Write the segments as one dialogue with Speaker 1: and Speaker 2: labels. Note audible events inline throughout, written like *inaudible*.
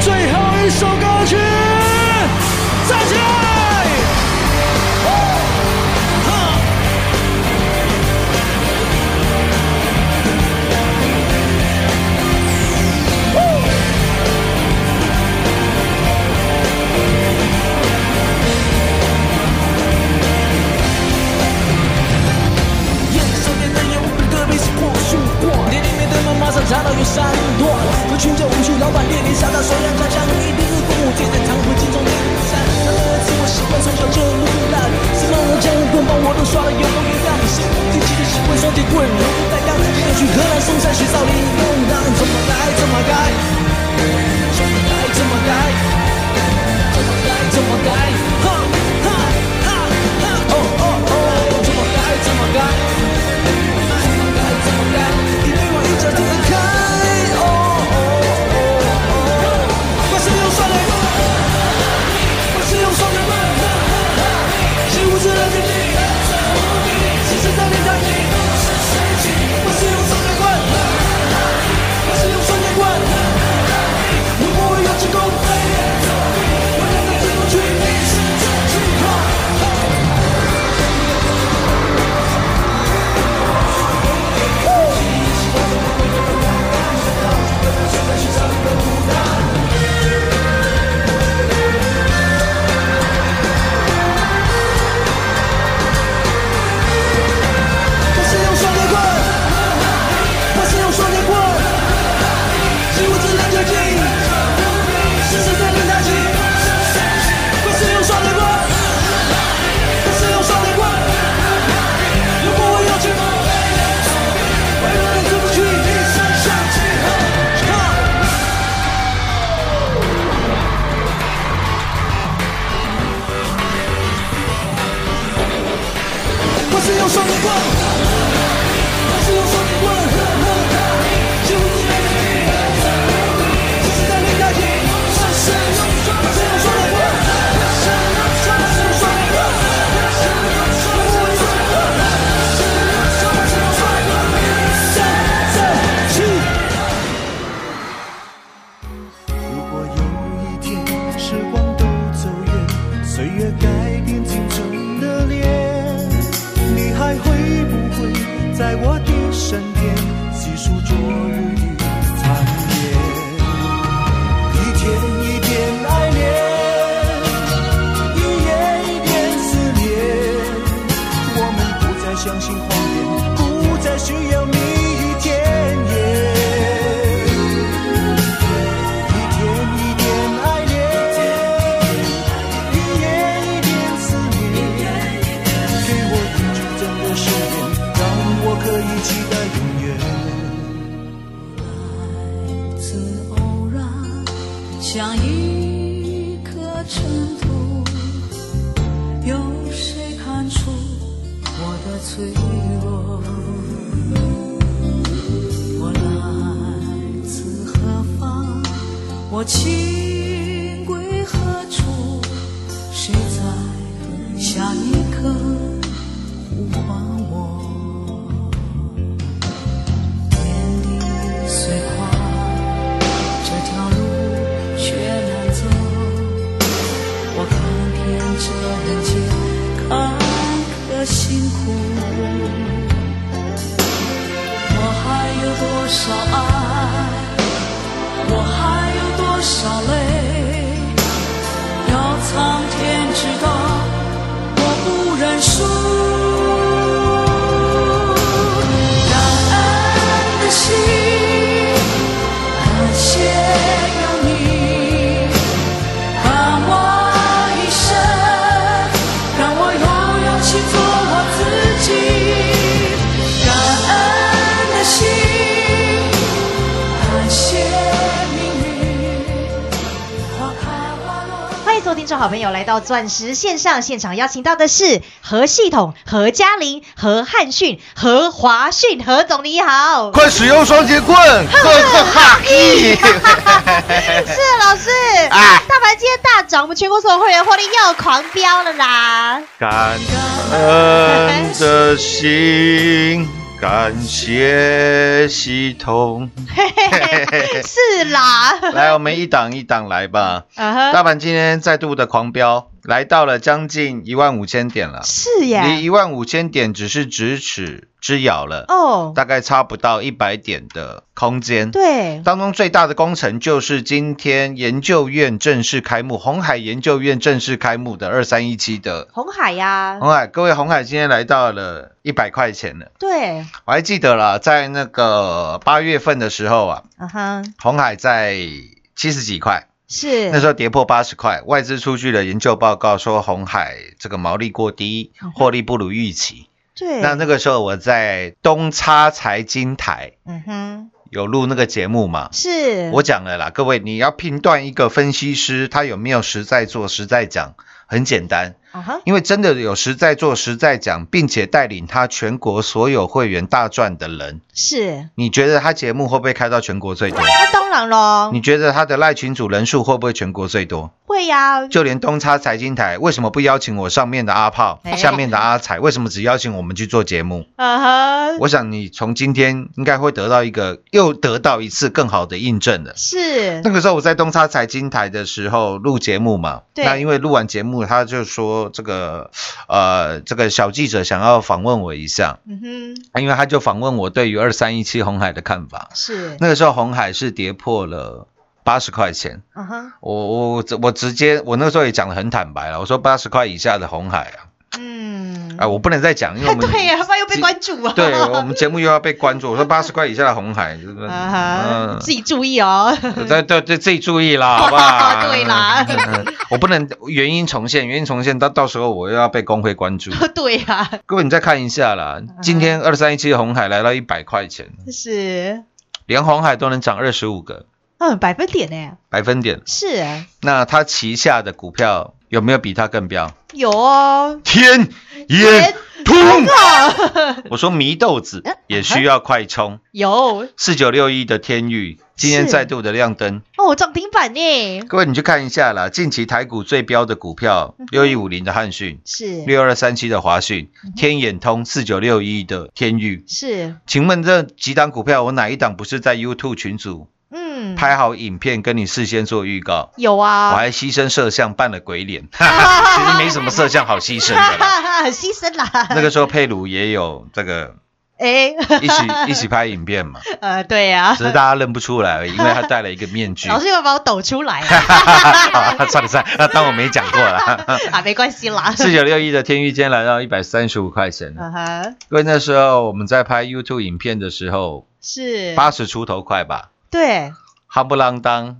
Speaker 1: 最后一首歌曲，站起来！眼少年的烟雾特别是火速过，店里面的门马上查到有三朵。有群叫无趣，老板连连吓到手要家乡，一定是父母借在长河镜中点赞。他们的自我习惯从小就撸烂，什么人将棍棒我都耍得有模有样。先天气的习惯双截棍容易带刚，也去河南嵩山学少林弄堂，怎么来怎么改，怎么来怎么改，怎么来怎么改，哈哈哈哈哦哦哦，怎么改怎么改。一杯我一盏就能开，哦哦哦哦，我是用双人，我是用双人，是无知的天地，是谁在天堂？我是用双截棍，我是用双截棍，如果我有成功，我要带你过去，我是用双截棍，我是用双截棍，是无知的天地，是谁在天堂？我是用双截棍，我是用双截棍，如果我有成功。为了你出不去，一生向前。哈我是用双截棍，我是用双截棍，几乎是没人敌，只是在练太极。我是用双截棍，我是用双截棍，我是用双截棍，我是用双截棍，三三七。
Speaker 2: 如果有一天时光都走远，岁月改变青春的脸，你还会不会在我的身边，细数昨日的残烟？一天一点爱恋，一夜一点思念。我们不再相信谎言，不再需要蜜语甜言。一天一点爱恋，一夜一点思念，给我一句真的誓言，让我可以期待永远。来自
Speaker 3: 偶然，像一颗尘土，有谁看出我的脆弱？我来自何方？我情归何处？谁在下一刻呼唤我？年龄虽快。这条路却难走。我看遍这人间坎坷辛苦，我还有多少爱？我还有多少泪？要苍天知道，我不认输。感恩的心。感谢有你，伴我一生，让我有勇气做我自己。感恩
Speaker 4: 听众好朋友来到钻石线上现场，邀请到的是何系统、何嘉玲、何汉逊、何华逊，何总你好。
Speaker 5: 快使用双节棍，做做哈嘿。
Speaker 4: 是老师，
Speaker 5: 哎
Speaker 4: 大盘今天大涨，我们全国所有会员获利又狂飙了啦！
Speaker 5: 感恩的心，感谢系统。
Speaker 4: 嘿嘿嘿，是啦，
Speaker 5: 来，我们一档一档来吧。
Speaker 4: 啊哈，
Speaker 5: 大盘今天再度的狂飙，来到了将近一万五千点了，
Speaker 4: 是
Speaker 5: 离
Speaker 4: 耶，
Speaker 5: 一万五千点只是咫尺之遥了，
Speaker 4: 哦，
Speaker 5: 大概差不到一百点的空间。
Speaker 4: 对，
Speaker 5: 当中最大的工程就是今天研究院正式开幕，红海研究院正式开幕的二三一七的
Speaker 4: 红海呀，
Speaker 5: 红海，各位红海今天来到了一百块钱了，
Speaker 4: 对，
Speaker 5: 我还记得啦，在那个八月份的时候啊，
Speaker 4: 啊哈，
Speaker 5: 红海在七十几块，
Speaker 4: 是
Speaker 5: 那，时候跌破八十块，外资出具了研究报告说红海这个毛利过低
Speaker 4: 嗯哼，
Speaker 5: 获利不如预期。
Speaker 4: 对，
Speaker 5: 那那个时候我在东差财经台
Speaker 4: 嗯哼，
Speaker 5: 有录那个节目嘛，
Speaker 4: 是，
Speaker 5: 我讲了啦，各位，你要评断一个分析师他有没有实在做、实在讲，很简单，
Speaker 4: 啊哈，
Speaker 5: 因为真的有实在做、实在讲，并且带领他全国所有会员大赚的人，
Speaker 4: 是，
Speaker 5: 你觉得他节目会不会开到全国最多？
Speaker 4: 那当然喽，
Speaker 5: 你觉得他的赖群主人数会不会全国最多？
Speaker 4: 会呀，
Speaker 5: 就连东差财经台为什么不邀请我上面的阿炮
Speaker 4: 哎、
Speaker 5: 下面的阿彩？为什么只邀请我们去做节目？
Speaker 4: 啊哈，
Speaker 5: 我想你从今天应该会得到一个又得到一次更好的印证了。
Speaker 4: 是
Speaker 5: 那，个时候我在东差财经台的时候录节目嘛，
Speaker 4: 对
Speaker 5: 那因为录完节目，他就说这个呃，这个小记者想要访问我一下，
Speaker 4: 嗯哼，
Speaker 5: 因为他就访问我对于二三一七红海的看法。
Speaker 4: 是，
Speaker 5: 那个时候红海是跌破了八十块钱，
Speaker 4: 啊哈，
Speaker 5: 我我我直接我那时候也讲得很坦白了，我说八十块以下的红海啊，
Speaker 4: 嗯
Speaker 5: 啊、，我不能再讲，因为我
Speaker 4: *laughs*
Speaker 5: 们
Speaker 4: 对呀，不然又被关注啊，
Speaker 5: 对我们节目又要被关注，我说八十块以下的红海，就是
Speaker 4: 啊哈，
Speaker 5: 嗯呃
Speaker 4: 自己注意哦，
Speaker 5: 对对对，自己注
Speaker 4: *laughs*
Speaker 5: 意啦，好不好？
Speaker 4: 对啦
Speaker 5: 嗯，我不能原因重现，原因重现到到时候我又要被工会关注。
Speaker 4: *laughs*
Speaker 5: *laughs*
Speaker 4: 对呀，
Speaker 5: 各位，你再看一下啦，今天二三一七红海来到一百块钱，
Speaker 4: 是，
Speaker 5: 连红海都能涨二十五个
Speaker 4: 嗯，百分点呢，
Speaker 5: 百分点，
Speaker 4: 是
Speaker 5: 那它旗下的股票有没有比它更彪？
Speaker 4: 有哦，
Speaker 5: 天眼通，
Speaker 4: 啊
Speaker 5: 我说迷豆子也需要快充，
Speaker 4: 有哦，
Speaker 5: 四九六一的天域今天
Speaker 4: 是
Speaker 5: 再度的亮灯，
Speaker 4: 涨停板呢，
Speaker 5: 各位你去看一下啦，近期台股最标的股票六一五零的汉讯。
Speaker 4: 是
Speaker 5: 六二三七的华讯，天眼通四九六一的天域。
Speaker 4: 是，
Speaker 5: 请问这几档股票，我哪一档不是在 YouTube 群组
Speaker 4: 嗯，
Speaker 5: 拍好影片，跟你事先做预告？
Speaker 4: 有啊，
Speaker 5: 我还牺牲摄像扮了
Speaker 4: *laughs*
Speaker 5: 鬼脸，哈哈其实没什么摄像好牺牲的啦。
Speaker 4: 哈哈，很牺牲啦。
Speaker 5: 那个时候佩鲁也有这个
Speaker 4: 哎，*laughs*
Speaker 5: 一起一起拍影片嘛，
Speaker 4: 呃，对呀、
Speaker 5: 只是大家认不出来而已，因为他戴了一个面具。
Speaker 4: 老师又把我抖出来
Speaker 5: *laughs* 好算了算了，那当我没讲过了。
Speaker 4: 啊，没关系啦。
Speaker 5: *laughs* 四九六一的天域今天来到一百三十五块钱了，
Speaker 4: 啊哈，
Speaker 5: 因为那时候我们在拍 YouTube 影片的时候，
Speaker 4: 是，
Speaker 5: 八十出头块吧，
Speaker 4: 对，
Speaker 5: 夯不啷当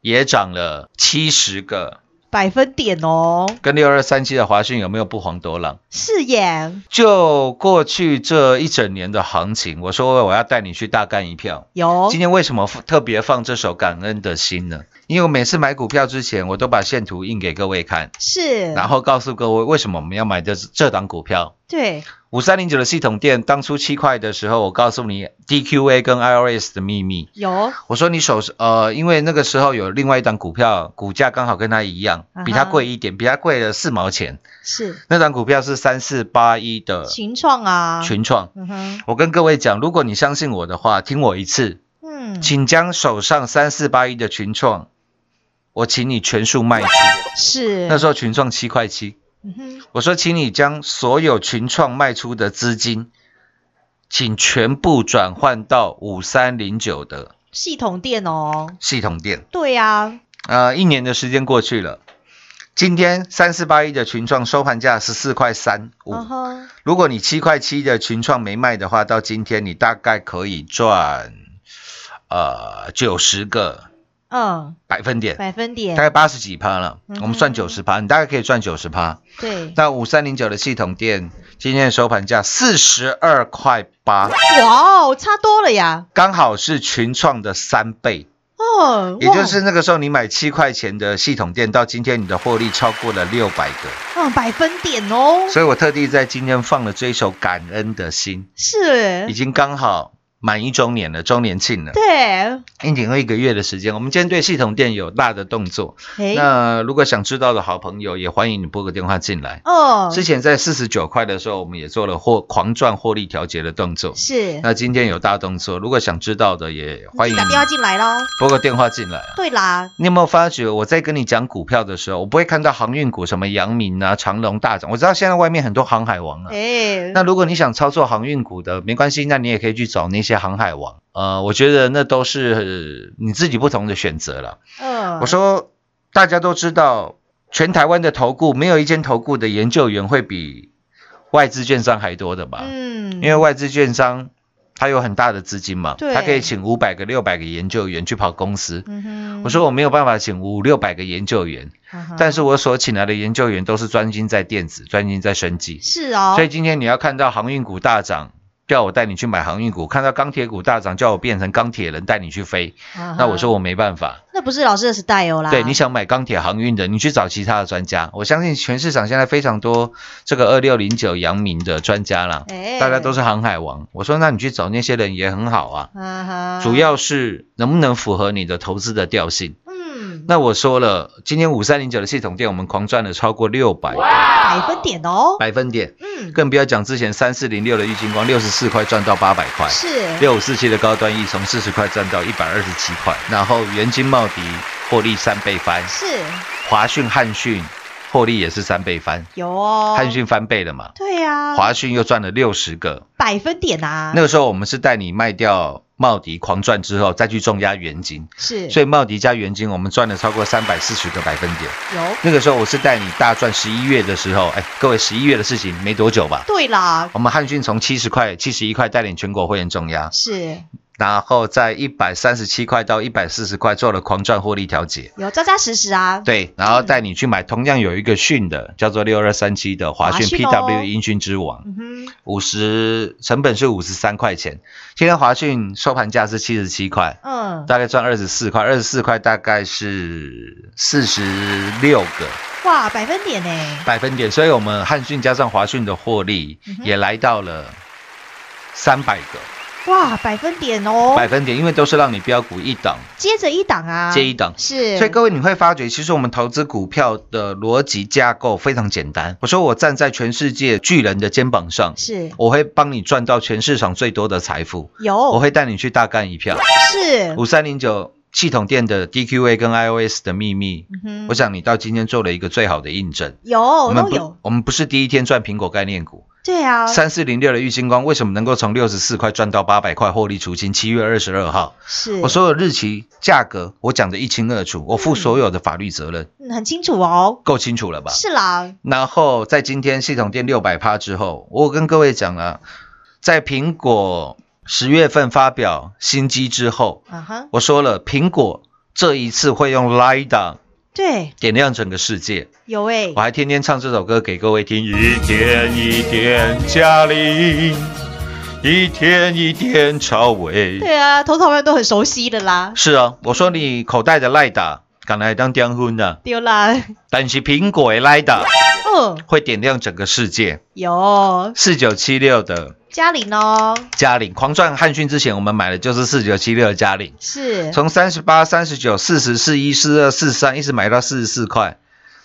Speaker 5: 也涨了七十个，
Speaker 4: 百分点哦，
Speaker 5: 跟六二三七的华讯有没有不遑多让？
Speaker 4: 是耶，
Speaker 5: 就过去这一整年的行情，我说我要带你去大干一票。
Speaker 4: 有
Speaker 5: 今天为什么特别放这首《感恩的心》呢？因为我每次买股票之前，我都把线图印给各位看，
Speaker 4: 是，
Speaker 5: 然后告诉各位为什么我们要买这这档股票。
Speaker 4: 对，
Speaker 5: 五三零九的系统店，当初七块的时候，我告诉你 DQA 跟 IRS 的秘密。
Speaker 4: 有
Speaker 5: 我说你手呃，因为那个时候有另外一档股票，股价刚好跟它一样
Speaker 4: 啊哈，
Speaker 5: 比它贵一点，比它贵了四毛钱。
Speaker 4: 是
Speaker 5: 那档股票是三四八一的
Speaker 4: 群创啊，，
Speaker 5: 群创。
Speaker 4: 嗯哼，
Speaker 5: 我跟各位讲，如果你相信我的话，听我一次，
Speaker 4: 嗯，
Speaker 5: 请将手上三四八一的群创，我请你全数卖出。
Speaker 4: 嗯是，
Speaker 5: 那时候群创七块七，
Speaker 4: 嗯哼，
Speaker 5: 我说请你将所有群创卖出的资金，请全部转换到五三零九的
Speaker 4: 系统店哦，
Speaker 5: 系统店。
Speaker 4: 对呀、
Speaker 5: 呃，一年的时间过去了，今天三四八一的群创收盘价十四块三
Speaker 4: 啊，
Speaker 5: 五。
Speaker 4: 嗯哼，
Speaker 5: 如果你七块七的群创没卖的话，到今天你大概可以赚呃九十个
Speaker 4: 嗯，
Speaker 5: 百分点，
Speaker 4: 百分
Speaker 5: 大
Speaker 4: 点，
Speaker 5: 概八十几趴了。
Speaker 4: 嗯哼
Speaker 5: 我们算九十趴，你大概可以赚九十趴。
Speaker 4: 对，
Speaker 5: 那五三零九的系统店今天的收盘价四十二块八，
Speaker 4: 哇哦，差多了呀，
Speaker 5: 刚好是群创的三倍。
Speaker 4: 哦，
Speaker 5: 也
Speaker 4: 哇
Speaker 5: 就是那个时候你买七块钱的系统店，到今天你的获利超过了六百个，
Speaker 4: 嗯百分点哦，
Speaker 5: 所以我特地在今天放了这一首《感恩的心》，已
Speaker 4: 是，
Speaker 5: 经刚好满一周年了，周年庆了，
Speaker 4: 对，
Speaker 5: 一点二一个月的时间。我们今天对系统店有大的动作，
Speaker 4: 哎，
Speaker 5: 那如果想知道的好朋友，也欢迎你拨个电话进来。
Speaker 4: 哦，
Speaker 5: 之前在四十九块的时候，我们也做了获狂赚获利调节的动作。
Speaker 4: 是，
Speaker 5: 那今天有大动作，如果想知道的也欢
Speaker 4: 你
Speaker 5: 迎
Speaker 4: 打电话进来喽。
Speaker 5: 拨个电话进来啊。
Speaker 4: 对啦，
Speaker 5: 你有没有发觉，我在跟你讲股票的时候，我不会看到航运股什么阳明啊、长隆大涨。我知道现在外面很多航海王啊。
Speaker 4: 哎，
Speaker 5: 那如果你想操作航运股的，没关系，那你也可以去找那些航海王。呃，我觉得那都是呃你自己不同的选择了。
Speaker 4: 嗯，
Speaker 5: 我说，大家都知道，全台湾的投顾没有一间投顾的研究员会比外资券商还多的吧？
Speaker 4: 嗯，
Speaker 5: 因为外资券商他有很大的资金嘛，
Speaker 4: 对
Speaker 5: 他可以请五百个、六百个研究员去跑公司。
Speaker 4: 嗯哼
Speaker 5: 我说我没有办法请五六百个研究员，
Speaker 4: 嗯哼
Speaker 5: 但是我所请来的研究员都是专精在电子、专精在生技。
Speaker 4: 是哦，
Speaker 5: 所以今天你要看到航运股大涨，叫我带你去买航运股；看到钢铁股大涨，叫我变成钢铁人带你去飞。
Speaker 4: 那
Speaker 5: 那我说我没办法，
Speaker 4: 那不是老师的 style 啦，
Speaker 5: 对，你想买钢铁航运的，你去找其他的专家。我相信全市场现在非常多这个二六零九阳明的专家啦，
Speaker 4: 哎
Speaker 5: 大家都是航海王。我说那你去找那些人也很好啊，
Speaker 4: 啊哈，
Speaker 5: 主要是能不能符合你的投资的调性。
Speaker 4: 嗯
Speaker 5: 那我说了，今天五三零九的系统店，我们狂赚了超过六百
Speaker 4: 百分点哦，
Speaker 5: 百分点，
Speaker 4: 嗯，
Speaker 5: 更不要讲之前三四零六的郁金光六十四块赚到八百块，
Speaker 4: 是
Speaker 5: 六五四七的高端 E 从四十块赚到一百二十七块，然后元金茂迪获利三倍翻，
Speaker 4: 是
Speaker 5: 华讯汉讯获利也是三倍翻，
Speaker 4: 有哦，
Speaker 5: 汉讯翻倍了嘛，
Speaker 4: 对呀，
Speaker 5: 华讯又赚了六十个。
Speaker 4: 百分点啊，
Speaker 5: 那个时候我们是带你卖掉茂迪狂赚之后，再去重压元金，
Speaker 4: 是
Speaker 5: 所以茂迪加元金我们赚了超过三百四十个百分点。
Speaker 4: 有
Speaker 5: 那个时候我是带你大赚十一月的时候，哎，各位十一月的事情没多久吧？
Speaker 4: 对啦，
Speaker 5: 我们汉讯从七十块、七十一块带领全国会员重压，
Speaker 4: 是
Speaker 5: 然后在一百三十七块到一百四十块做了狂赚获利调节，
Speaker 4: 有扎扎实实啊，
Speaker 5: 对，然后带你去买同样有一个讯的，叫做六二三七的华
Speaker 4: 华
Speaker 5: 讯
Speaker 4: 讯哦
Speaker 5: PW 音讯之王，
Speaker 4: 嗯哼，
Speaker 5: 五十成本是五十三块钱，今天华讯收盘价是七十七块，
Speaker 4: 嗯，
Speaker 5: 大概赚二十四块，二十四块大概是四十六个。
Speaker 4: 哇，百分点呢，
Speaker 5: 百分点，所以我们汉讯加上华讯的获利
Speaker 4: 嗯哼
Speaker 5: 也来到了三百个
Speaker 4: 哇，百分点哦，
Speaker 5: 百分点，因为都是让你标股一档
Speaker 4: 接着一档啊，
Speaker 5: 接一档。
Speaker 4: 是，
Speaker 5: 所以各位你会发觉，其实我们投资股票的逻辑架构非常简单。我说我站在全世界巨人的肩膀上，
Speaker 4: 是
Speaker 5: 我会帮你赚到全市场最多的财富，我
Speaker 4: 有
Speaker 5: 会带你去大干一票。
Speaker 4: 嗯是，
Speaker 5: 五三零九系统店的 DQA 跟 iOS 的秘密，
Speaker 4: 嗯哼
Speaker 5: 我想你到今天做了一个最好的印证。
Speaker 4: 有
Speaker 5: 我们
Speaker 4: 都
Speaker 5: 不
Speaker 4: 有，，
Speaker 5: 我们不是第一天赚苹果概念股，
Speaker 4: 对啊，
Speaker 5: 三四零六的玉金光为什么能够从六十四块赚到八百块获利出清？七月二十二号，
Speaker 4: 是，
Speaker 5: 我所有日期、价格我讲得一清二楚，我负所有的法律责任，
Speaker 4: 嗯很清楚哦，
Speaker 5: 够清楚了吧？
Speaker 4: 是啦，
Speaker 5: 然后在今天系统店六百趴之后，我跟各位讲了，在苹果十月份发表新机之后，
Speaker 4: 啊哈，
Speaker 5: 我说了，苹果这一次会用 LiDAR
Speaker 4: 对，
Speaker 5: 点亮整个世界。
Speaker 4: 有哎
Speaker 5: 我，还天天唱这首歌给各位听，一点一点加力，一天一点超伟。
Speaker 4: *laughs* 对啊，头头人都很熟悉的啦，
Speaker 5: 是啊，我说你口袋的赖打，敢来当巅婚啊，
Speaker 4: 丢啦，
Speaker 5: 但是苹果的赖打
Speaker 4: 嗯，
Speaker 5: 会点亮整个世界。
Speaker 4: 有
Speaker 5: 四九七六的
Speaker 4: 嘉玲哦，
Speaker 5: 嘉陵狂赚汉讯之前，我们买的就是四九七六的嘉陵，
Speaker 4: 是，
Speaker 5: 从三十八、三十九、四十、四一、四二、四三，一直买到四十四块。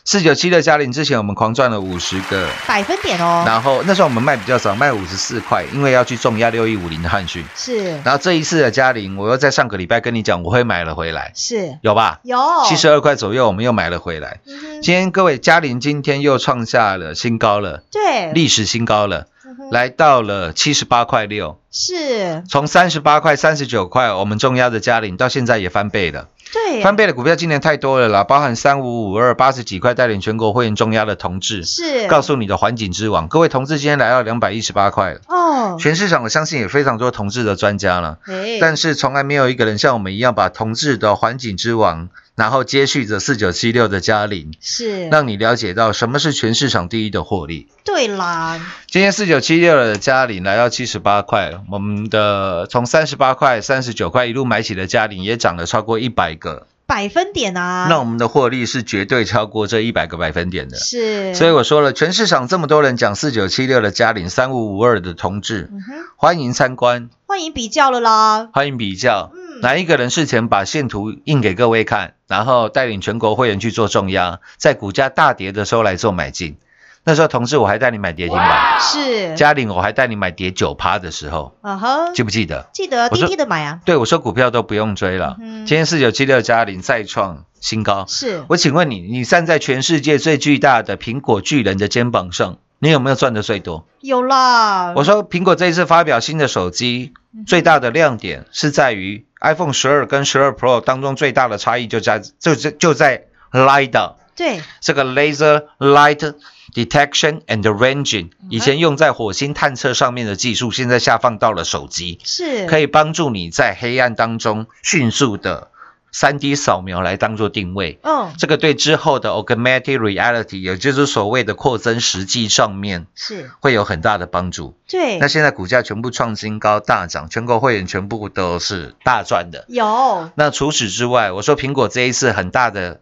Speaker 5: 四九七六嘉陵之前，我们狂赚了五十个
Speaker 4: 百分点哦，
Speaker 5: 然后那时候我们卖比较少，卖五十四块，因为要去重压六一五零的汉讯。
Speaker 4: 是
Speaker 5: 然后这一次的嘉陵，我又在上个礼拜跟你讲，我会买了回来，
Speaker 4: 是
Speaker 5: 有吧？
Speaker 4: 有，嗯
Speaker 5: 七十，二块左右，我们又买了回来。今天各位，嘉陵今天又创下了新高了，
Speaker 4: 对，
Speaker 5: 历史新高了，
Speaker 4: 嗯哼
Speaker 5: 来到了七十八块六，
Speaker 4: 是，
Speaker 5: 从三十八块、三十九块，我们重压的嘉陵到现在也翻倍了。
Speaker 4: 对，啊
Speaker 5: 翻倍的股票今年太多了啦，包含三五五二八十几块带领全国会员重压的同志，
Speaker 4: 是，
Speaker 5: 告诉你的环境之王，各位同志今天来到两百一十八块了。
Speaker 4: 哦，
Speaker 5: 全市场我相信也非常多同志的专家了，
Speaker 4: 哎，
Speaker 5: 但是从来没有一个人像我们一样把同志的环境之王然后接续着四九七六的嘉陵，
Speaker 4: 是，
Speaker 5: 让你了解到什么是全市场第一的获利。
Speaker 4: 对啦，
Speaker 5: 今天四九七六的嘉陵来到七十八块，我们的从三十八块、三十九块一路买起的嘉陵也涨了超过一百个，
Speaker 4: 百分点啊，
Speaker 5: 那我们的获利是绝对超过这一百个百分点的。
Speaker 4: 是，
Speaker 5: 所以我说了，全市场这么多人讲四九七六的嘉陵、三五五二的同志，
Speaker 4: 嗯哼，
Speaker 5: 欢迎参观，
Speaker 4: 欢迎比较了啦，
Speaker 5: 欢迎比较。
Speaker 4: 嗯，
Speaker 5: 哪一个人事前把线图印给各位看，然后带领全国会员去做重压，在股价大跌的时候来做买进。那时候，同志我还带你买跌停板，
Speaker 4: 是，
Speaker 5: 嘉玲我还带你买跌九趴的时候，
Speaker 4: 嗯哼，
Speaker 5: 记不记得？
Speaker 4: 记得
Speaker 5: 我
Speaker 4: 滴
Speaker 5: 说
Speaker 4: 滴的买啊，
Speaker 5: 对我说股票都不用追了，
Speaker 4: 嗯
Speaker 5: 今天四九七六嘉玲再创新高。
Speaker 4: 是，
Speaker 5: 我请问你，你站在全世界最巨大的苹果巨人的肩膀上，你有没有赚的最多？
Speaker 4: 有啦，
Speaker 5: 我说，苹果这一次发表新的手机，最大的亮点是在于 iPhone 十二跟十二 Pro 当中最大的差异就在就就就在 LiDAR
Speaker 4: 对，
Speaker 5: 这个 Laser Light Detection and Ranging，以前用在火星探测上面的技术，现在下放到了手机，
Speaker 4: 是，
Speaker 5: 可
Speaker 4: 以，
Speaker 5: 以帮助你在黑暗当中迅速的 3D 扫描来当做定位。
Speaker 4: 嗯，
Speaker 5: 这个对之后的 augmented reality，也就是所谓的扩增实际上面
Speaker 4: 是，
Speaker 5: 会有很大的帮助。
Speaker 4: 对
Speaker 5: 那，现在股价全部创新高，大涨，全国会员全部都是大赚的。
Speaker 4: 有，
Speaker 5: 那除此之外，我说苹果这一次很大的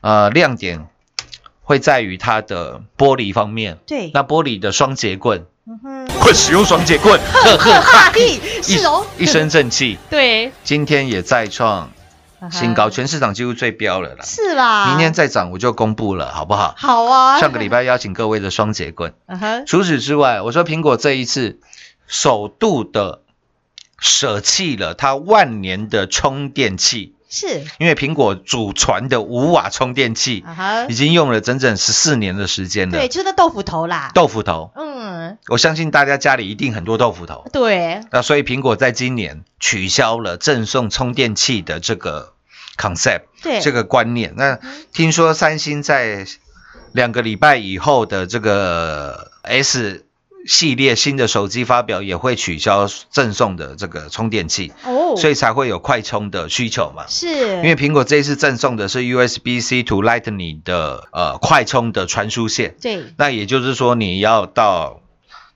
Speaker 5: 呃亮点会在于它的玻璃方面。
Speaker 4: 对，
Speaker 5: 那玻璃的双节棍，
Speaker 4: 嗯哼，
Speaker 5: 快使用双节
Speaker 4: *laughs*
Speaker 5: 棍，呵呵哈
Speaker 4: 哈嘿，
Speaker 5: 一
Speaker 4: 是哦，
Speaker 5: 一身正气。
Speaker 4: *laughs* 对，
Speaker 5: 今天也再创
Speaker 4: 嗯哼
Speaker 5: *laughs* 新高，全市场几乎最标了啦。
Speaker 4: 是啦，
Speaker 5: 明天再涨我就公布了，好不啊
Speaker 4: 好
Speaker 5: 好？
Speaker 4: 啊，
Speaker 5: 上个礼，拜邀请各位的双节棍。
Speaker 4: *laughs* 嗯哼，
Speaker 5: *laughs* 除此之外，我说苹果这一次首度的舍弃了它万年的充电器，
Speaker 4: 是，
Speaker 5: 因为苹果祖传的五瓦充电器啊
Speaker 4: 嗯哼
Speaker 5: 已，经用了整整十四年的时间了
Speaker 4: 对，。就是那豆腐头啦，
Speaker 5: 豆腐头，
Speaker 4: 嗯，
Speaker 5: 我相信大家家里一定很多豆腐头。
Speaker 4: 对，
Speaker 5: 那所以苹果在今年取消了赠送充电器的这个 concept，
Speaker 4: 对嗯
Speaker 5: 这个观念。那听说三星在两个礼拜以后的这个 S 系列新的手机发表也会取消赠送的这个充电器，
Speaker 4: 哦，
Speaker 5: 所以才会有快充的需求嘛。
Speaker 4: 是，
Speaker 5: 因为苹果这一次赠送的是 USB-C to Lightning 的呃快充的传输线，
Speaker 4: 对，
Speaker 5: 那也就是说，你要到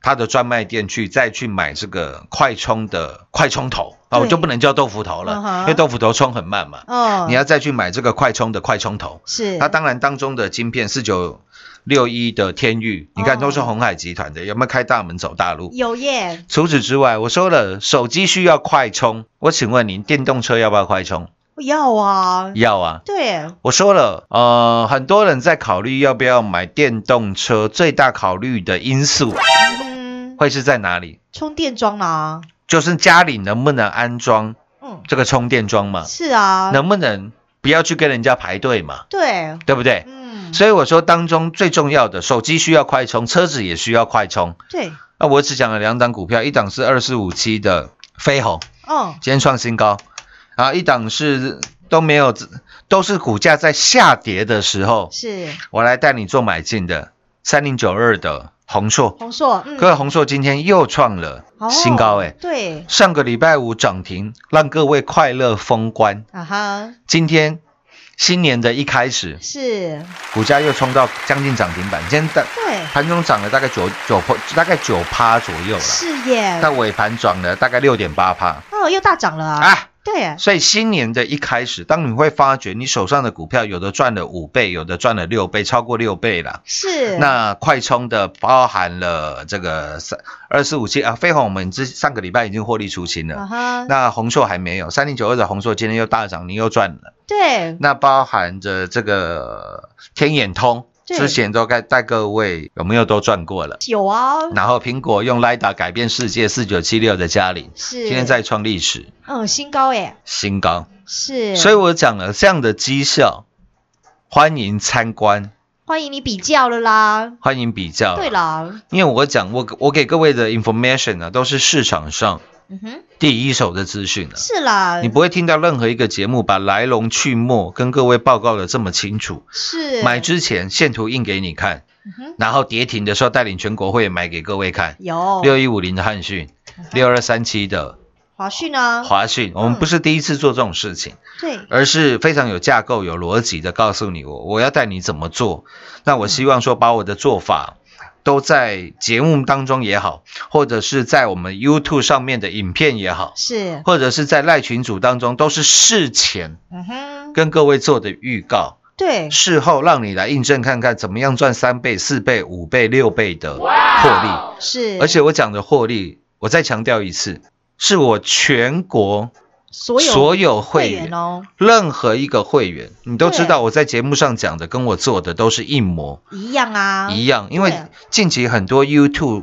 Speaker 5: 它的专卖店去再去买这个快充的快充头
Speaker 4: 对
Speaker 5: 啊，我就不能叫豆腐头了，
Speaker 4: 嗯哼
Speaker 5: 因为豆腐头充很慢嘛。
Speaker 4: 哦，
Speaker 5: 你要再去买这个快充的快充头，
Speaker 4: 是，
Speaker 5: 它当然当中的晶片四九六一的天域，你看
Speaker 4: 哦
Speaker 5: 都是红海集团的，有没有开大门走大路？
Speaker 4: 有耶，
Speaker 5: 除此之外，我说了，手机需要快充，我请问您，电动车要不要快充？
Speaker 4: 要啊，
Speaker 5: 要啊。
Speaker 4: 对，
Speaker 5: 我说了，呃，很多人在考虑要不要买电动车，最大考虑的因素
Speaker 4: 嗯，
Speaker 5: 会是在哪里？
Speaker 4: 充电桩啊啦，
Speaker 5: 就是家里能不能安装
Speaker 4: 嗯，
Speaker 5: 这个充电桩嘛？
Speaker 4: 是啊，
Speaker 5: 能不能不要去跟人家排队嘛？
Speaker 4: 对，
Speaker 5: 对不对？
Speaker 4: 嗯，
Speaker 5: 所以我说当中最重要的，手机需要快充，车子也需要快充。
Speaker 4: 对，
Speaker 5: 那我只讲了两档股票，一档是二四五七的飞鸿，
Speaker 4: 嗯，
Speaker 5: 今天创新高，啊，一档是都没有，都是股价在下跌的时候，
Speaker 4: 是
Speaker 5: 我来带你做买进的三零九二的宏硕。
Speaker 4: 红硕，嗯，
Speaker 5: 各位，宏硕今天又创了
Speaker 4: 哦
Speaker 5: 新高哎、
Speaker 4: 对，
Speaker 5: 上个礼拜五涨停，让各位快乐封关。
Speaker 4: 啊哈，
Speaker 5: 今天新年的一开始，
Speaker 4: 是，
Speaker 5: 股价又冲到将近涨停板，今天的
Speaker 4: 对，
Speaker 5: 盘中涨了大概九九大概九趴左右了，
Speaker 4: 是耶，
Speaker 5: 但尾盘涨了大概六点八趴
Speaker 4: 哦，又大涨了啊，
Speaker 5: 啊。
Speaker 4: 对，
Speaker 5: 所以新年的一开始，当你会发觉你手上的股票有的赚了五倍，有的赚了六倍，超过六倍了。
Speaker 4: 是，
Speaker 5: 那快充的包含了这个三二四五七啊，飞鸿我们之上个礼拜已经获利出清了
Speaker 4: 啊，哈，
Speaker 5: 那红硕还没有，三零九二的红硕今天又大涨，你又赚了。
Speaker 4: 对，
Speaker 5: 那包含着这个天眼通，
Speaker 4: 对
Speaker 5: 之前都该带各位有没有都赚过了？
Speaker 4: 有啊，
Speaker 5: 然后苹果用 LiDAR 改变世界，四九七六的嘉陵，
Speaker 4: 是，
Speaker 5: 今天再创历史
Speaker 4: 嗯新高耶，
Speaker 5: 新高。
Speaker 4: 是，
Speaker 5: 所以我讲了这样的绩效，欢迎参观，
Speaker 4: 欢迎你比较了啦，
Speaker 5: 欢迎比较。
Speaker 4: 对，啦，
Speaker 5: 因为我讲我我给各位的 information 呢、都是市场上
Speaker 4: 嗯哼，
Speaker 5: 第一手的资讯了、
Speaker 4: 是啦，
Speaker 5: 你不会听到任何一个节目把来龙去脉跟各位报告的这么清楚。
Speaker 4: 是
Speaker 5: 买之前线图印给你看，
Speaker 4: 嗯哼
Speaker 5: 然后跌停的时候带领全国会员买给各位看。
Speaker 4: 有嗯
Speaker 5: 六一五零的汉讯，六二三七的
Speaker 4: 华讯啊，
Speaker 5: 华讯，我们不是第一次做这种事情，
Speaker 4: 对，
Speaker 5: 而是非常有架构、有逻辑的告诉你我我要带你怎么做。那我希望说把我的做法都在节目当中也好，或者是在我们 YouTube 上面的影片也好，
Speaker 4: 是，
Speaker 5: 或者是在赖群组当中，都是事前
Speaker 4: 嗯哼，
Speaker 5: 跟各位做的预告，
Speaker 4: 对，
Speaker 5: 事后让你来印证看看怎么样赚三倍、四倍、五倍、六倍的获利。
Speaker 4: 是，
Speaker 5: 而且我讲的获利，我再强调一次，是我全国
Speaker 4: 所有
Speaker 5: 所有会员
Speaker 4: 员哦，
Speaker 5: 任何一个会员，你都
Speaker 4: 对
Speaker 5: 知道我在节目上讲的跟我做的都是一模
Speaker 4: 一样啊，
Speaker 5: 一样，因为
Speaker 4: 对
Speaker 5: 近期很多 YouTube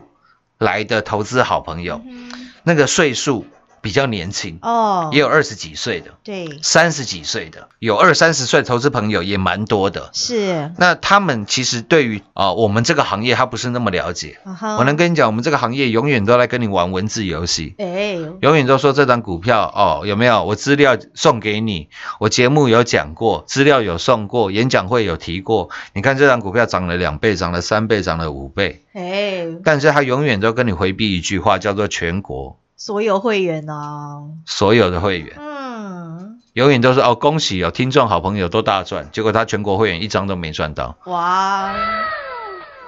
Speaker 5: 来的投资好朋友，
Speaker 4: 嗯
Speaker 5: 那个岁数比较年轻，
Speaker 4: 哦，
Speaker 5: 也有二十几岁的、
Speaker 4: 对，
Speaker 5: 三十几岁的，有二三十岁的投资朋友也蛮多的。
Speaker 4: 是，
Speaker 5: 那他们其实对于啊、我们这个行业他不是那么了解。
Speaker 4: 嗯哼，
Speaker 5: 我能跟你讲，我们这个行业永远都在跟你玩文字游戏。
Speaker 4: 哎，
Speaker 5: 永远都说这张股票哦，有没有？我资料送给你，我节目有讲过，资料有送过，演讲会有提过。你看这张股票涨了两倍，涨了三倍，涨了五倍，
Speaker 4: 哎，
Speaker 5: 但是他永远都跟你回避一句话，叫做全国
Speaker 4: 所有会员哦，
Speaker 5: 所有的会员，
Speaker 4: 嗯，
Speaker 5: 永远都是哦，恭喜哦，听众好朋友都大赚，结果他全国会员一张都没赚到。
Speaker 4: 哇，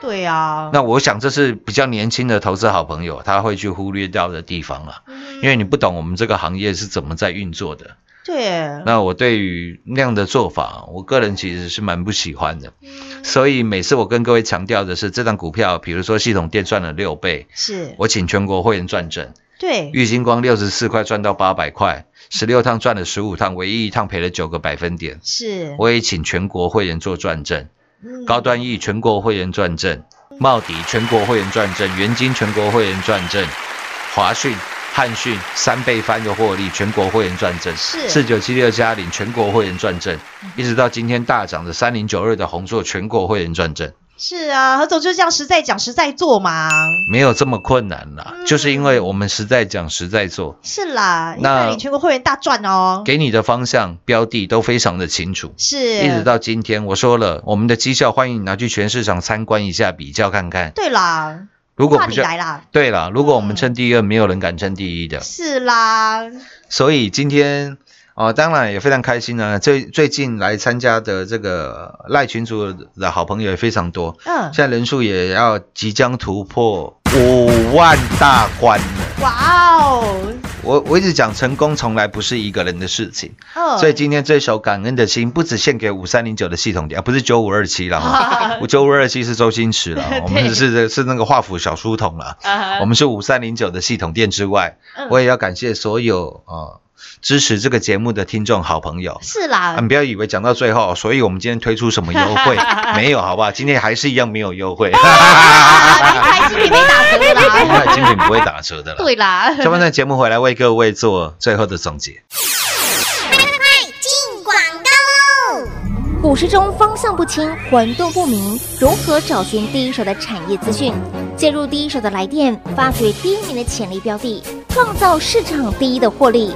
Speaker 4: 对啊，
Speaker 5: 那我想这是比较年轻的投资好朋友他会去忽略掉的地方了，
Speaker 4: 嗯
Speaker 5: 因为你不懂我们这个行业是怎么在运作的。
Speaker 4: 对，
Speaker 5: 那我对于那样的做法，我个人其实是蛮不喜欢的。
Speaker 4: 嗯
Speaker 5: 所以每次我跟各位强调的是，这张股票，比如说系统店赚了六倍，
Speaker 4: 是，
Speaker 5: 我请全国会员转正，
Speaker 4: 对，
Speaker 5: 玉金光六十四块赚到八百块，十六趟赚了十五趟，唯一一趟赔了九个百分点。
Speaker 4: 是，
Speaker 5: 我也请全国会员做转正，
Speaker 4: 嗯
Speaker 5: 高端 E 全国会员转正，茂迪全国会员转正，元金全国会员转正，华讯。汉讯三倍翻的获利，全国会员转正，
Speaker 4: 是
Speaker 5: 四九七六加零全国会员转正，一直到今天大涨的三零九二的红硕全国会员转正，
Speaker 4: 是啊，何总就是这样实在讲实在做嘛，
Speaker 5: 没有这么困难啦，
Speaker 4: 嗯
Speaker 5: 就是因为我们实在讲实在做，
Speaker 4: 是啦，
Speaker 5: 那
Speaker 4: 那你全国会员大赚哦，
Speaker 5: 给你的方向标的都非常的清楚，
Speaker 4: 是，
Speaker 5: 一直到今天我说了，我们的绩效欢迎你拿去全市场参观一下，比较看看，
Speaker 4: 对啦，
Speaker 5: 如果
Speaker 4: 怕
Speaker 5: 不
Speaker 4: 你
Speaker 5: 是。
Speaker 4: 来啦，
Speaker 5: 对了，如果我
Speaker 4: 嗯
Speaker 5: 们称第二，没有人敢称第一的。
Speaker 4: 是啦，
Speaker 5: 所以今天哦，当然也非常开心呢。最最近来参加的这个赖群组的好朋友也非常多，
Speaker 4: 嗯
Speaker 5: 现，在人数也要即将突破五万大关了。
Speaker 4: 哇哦，
Speaker 5: 我我一直讲，成功从来不是一个人的事情，
Speaker 4: 嗯，
Speaker 5: 所以今天这首感恩的心不只献给五三零九的系统点，啊不是九五二七了哈，
Speaker 4: *laughs*
Speaker 5: 九五二七是周星驰了
Speaker 4: 对，
Speaker 5: 我们是是那个华府小书童了。
Speaker 4: *laughs* 啊
Speaker 5: 我们是五三零九的系统店之外，
Speaker 4: 嗯
Speaker 5: 我也要感谢所有呃支持这个节目的听众好朋友。
Speaker 4: 是
Speaker 5: 啊，
Speaker 4: 啦
Speaker 5: 你，不要以为讲到最后，哦所以我们今天推出什么优
Speaker 4: *laughs*
Speaker 5: 惠没有，好不好？今天还是一样没有优惠，啊
Speaker 4: 开心你没打折啦，
Speaker 5: 那精品不会打折的了。
Speaker 4: 对啦，
Speaker 5: 下半段节目回来为各位做最后的总结。
Speaker 6: 进广告喽！股市中方向不清、混沌不明，如何找寻第一手的产业资讯？介入第一手的来电，发掘第一名的潜力标的，创造市场第一的获利。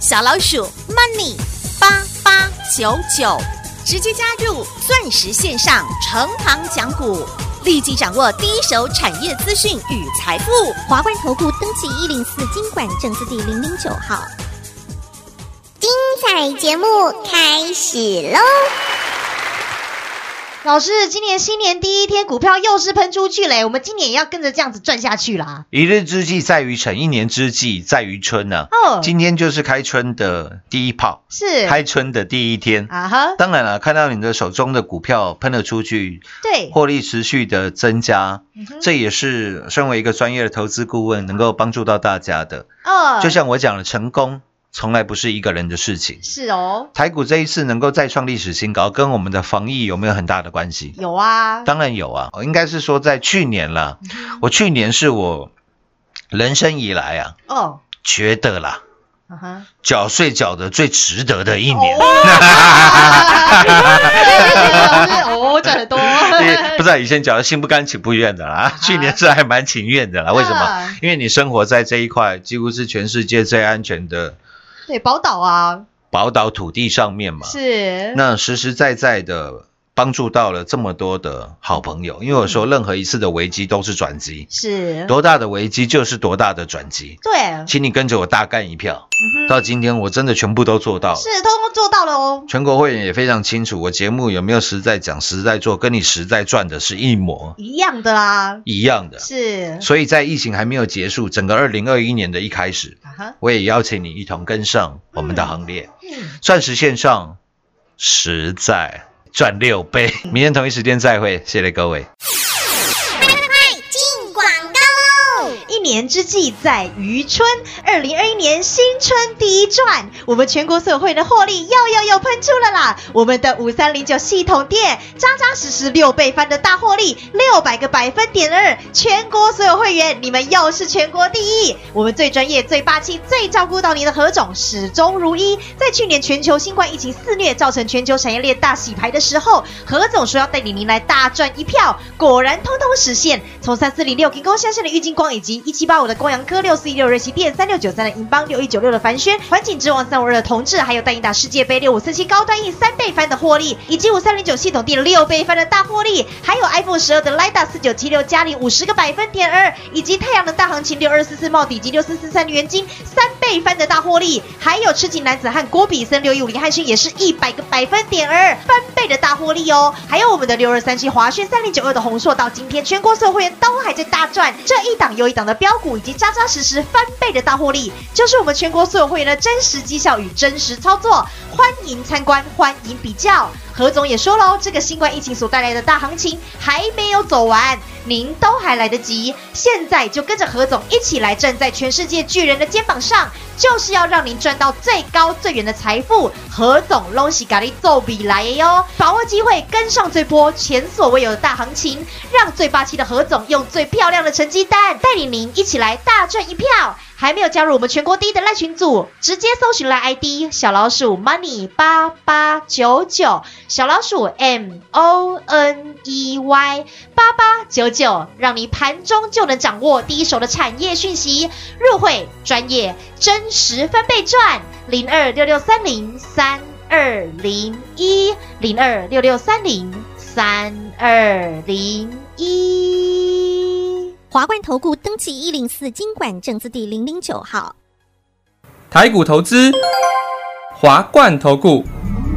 Speaker 7: 小老鼠 Money 八八九九，直接加入钻石线上成堂讲股，立即掌握第一手产业资讯与财富。
Speaker 6: 华冠投顾登记一零四经管证字第零零九号。精彩节目开始喽！
Speaker 4: 老师，今年新年第一天股票又是喷出去嘞，我们今年也要跟着这样子赚下去啦。
Speaker 5: 一日之计在于晨，一年之计在于春呢、
Speaker 4: 哦
Speaker 5: 今天就是开春的第一炮，
Speaker 4: 是，
Speaker 5: 开春的第一天。
Speaker 4: 啊哈，
Speaker 5: 当然了，看到你的手中的股票喷了出去，
Speaker 4: 对，
Speaker 5: 获利持续的增加，
Speaker 4: 嗯哼
Speaker 5: 这也是身为一个专业的投资顾问能够帮助到大家的。
Speaker 4: 呃，
Speaker 5: 就像我讲的，成功从来不是一个人的事情。
Speaker 4: 是哦，
Speaker 5: 台股这一次能够再创历史新高，跟我们的防疫有没有很大的关系？
Speaker 4: 有啊，
Speaker 5: 当然有啊，应该是说在去年
Speaker 4: 嗯
Speaker 5: 啦，我去年是我人生以来啊，
Speaker 4: 哦，
Speaker 5: 觉得啦，
Speaker 4: 啊哈，
Speaker 5: 缴税缴的最值得的一年。
Speaker 4: 哦，赚得多，
Speaker 5: *laughs*
Speaker 4: *laughs*
Speaker 5: 不知道以前缴的心不甘情不愿的啦， *laughs* 去年是还蛮情愿的啦。为什么
Speaker 4: 啊？
Speaker 5: 因为你生活在这一块几乎是全世界最安全的
Speaker 4: 对，宝岛啊，
Speaker 5: 宝岛土地上面嘛，
Speaker 4: 是，
Speaker 5: 那实实在在的帮助到了这么多的好朋友。因为我说，任何一次的危机都是转机，
Speaker 4: 是，
Speaker 5: 多大的危机就是多大的转机。
Speaker 4: 对，
Speaker 5: 请你跟着我大干一票，
Speaker 4: 嗯哼
Speaker 5: 到今天我真的全部都做到了。
Speaker 4: 是，通通做到了哦，
Speaker 5: 全国会员也非常清楚，我节目有没有实在讲、实在做，跟你实在赚的是一模
Speaker 4: 一样的啦，
Speaker 5: 一样的。
Speaker 4: 是，
Speaker 5: 所以在疫情还没有结束，整个二零二一年的一开始，
Speaker 4: 啊哈，
Speaker 5: 我也邀请你一同跟上我们的行列。
Speaker 4: 嗯，
Speaker 5: 钻石线上实在赚六倍，明天同一时间再会，谢谢各位。
Speaker 6: 进广告喽！
Speaker 4: 一年之计在于春，二零二一年新春第一赚，我们全国所有会员的获利又又又喷出了啦！我们的五三零九系统店扎扎实实六倍翻的大获利，六百个百分点二，全国所有会员你们又是全国第一！我们最专业、最霸气、最照顾到您的何总始终如一，在去年全球新冠疫情肆虐，造成全球产业链大洗牌的时候，何总说要带领您来大赚一票，果然通通实现。从三四零六提供下线的郁金光，以及一七八五的光阳科、六四一六瑞奇电、三六九三的银邦、六一九六的凡轩、环境之王三五二的同志，还有淡一达世界杯六五四七高端 E 三倍翻的获利，以及五三零九系统店六倍翻的大获利，还有 iPhone 十二的 Lida 四九七六加零五十个百分点二，以及太阳能大行情六二四四帽底及六四四三元金三倍翻的大获利，还有痴情男子汉郭比森六一五零汉逊也是一百个百分点二翻倍的大获利哦，还有我们的六二三七华讯三零九二的红硕，到今天全国所有会员都还在大赚，这一档又一档的标股，以及扎扎实实翻倍的大获利，就是我们全国所有会员的真实绩效与真实操作，欢迎参观，欢迎比较。何总也说喽，这个新冠疫情所带来的大行情还没有走完，您都还来得及。现在就跟着何总一起来站在全世界巨人的肩膀上，就是要让您赚到最高最远的财富。何总拢西咖喱奏比来哟，把握机会，跟上这波前所未有的大行情，让最霸气的何总用最漂亮的成绩单带领您一起来大赚一票。还没有加入我们全国第一的赖群组，直接搜寻赖 ID 小老鼠 money 八八九九，小老鼠 m o n e y 八八九九，让你盘中就能掌握第一手的产业讯息，入会专业，真实翻倍赚。零二六六三零三二零一，零二六六三零三二零一。
Speaker 6: 华冠投顾登记一零四经管证字第零零九号。
Speaker 8: 台股投资，华冠投顾，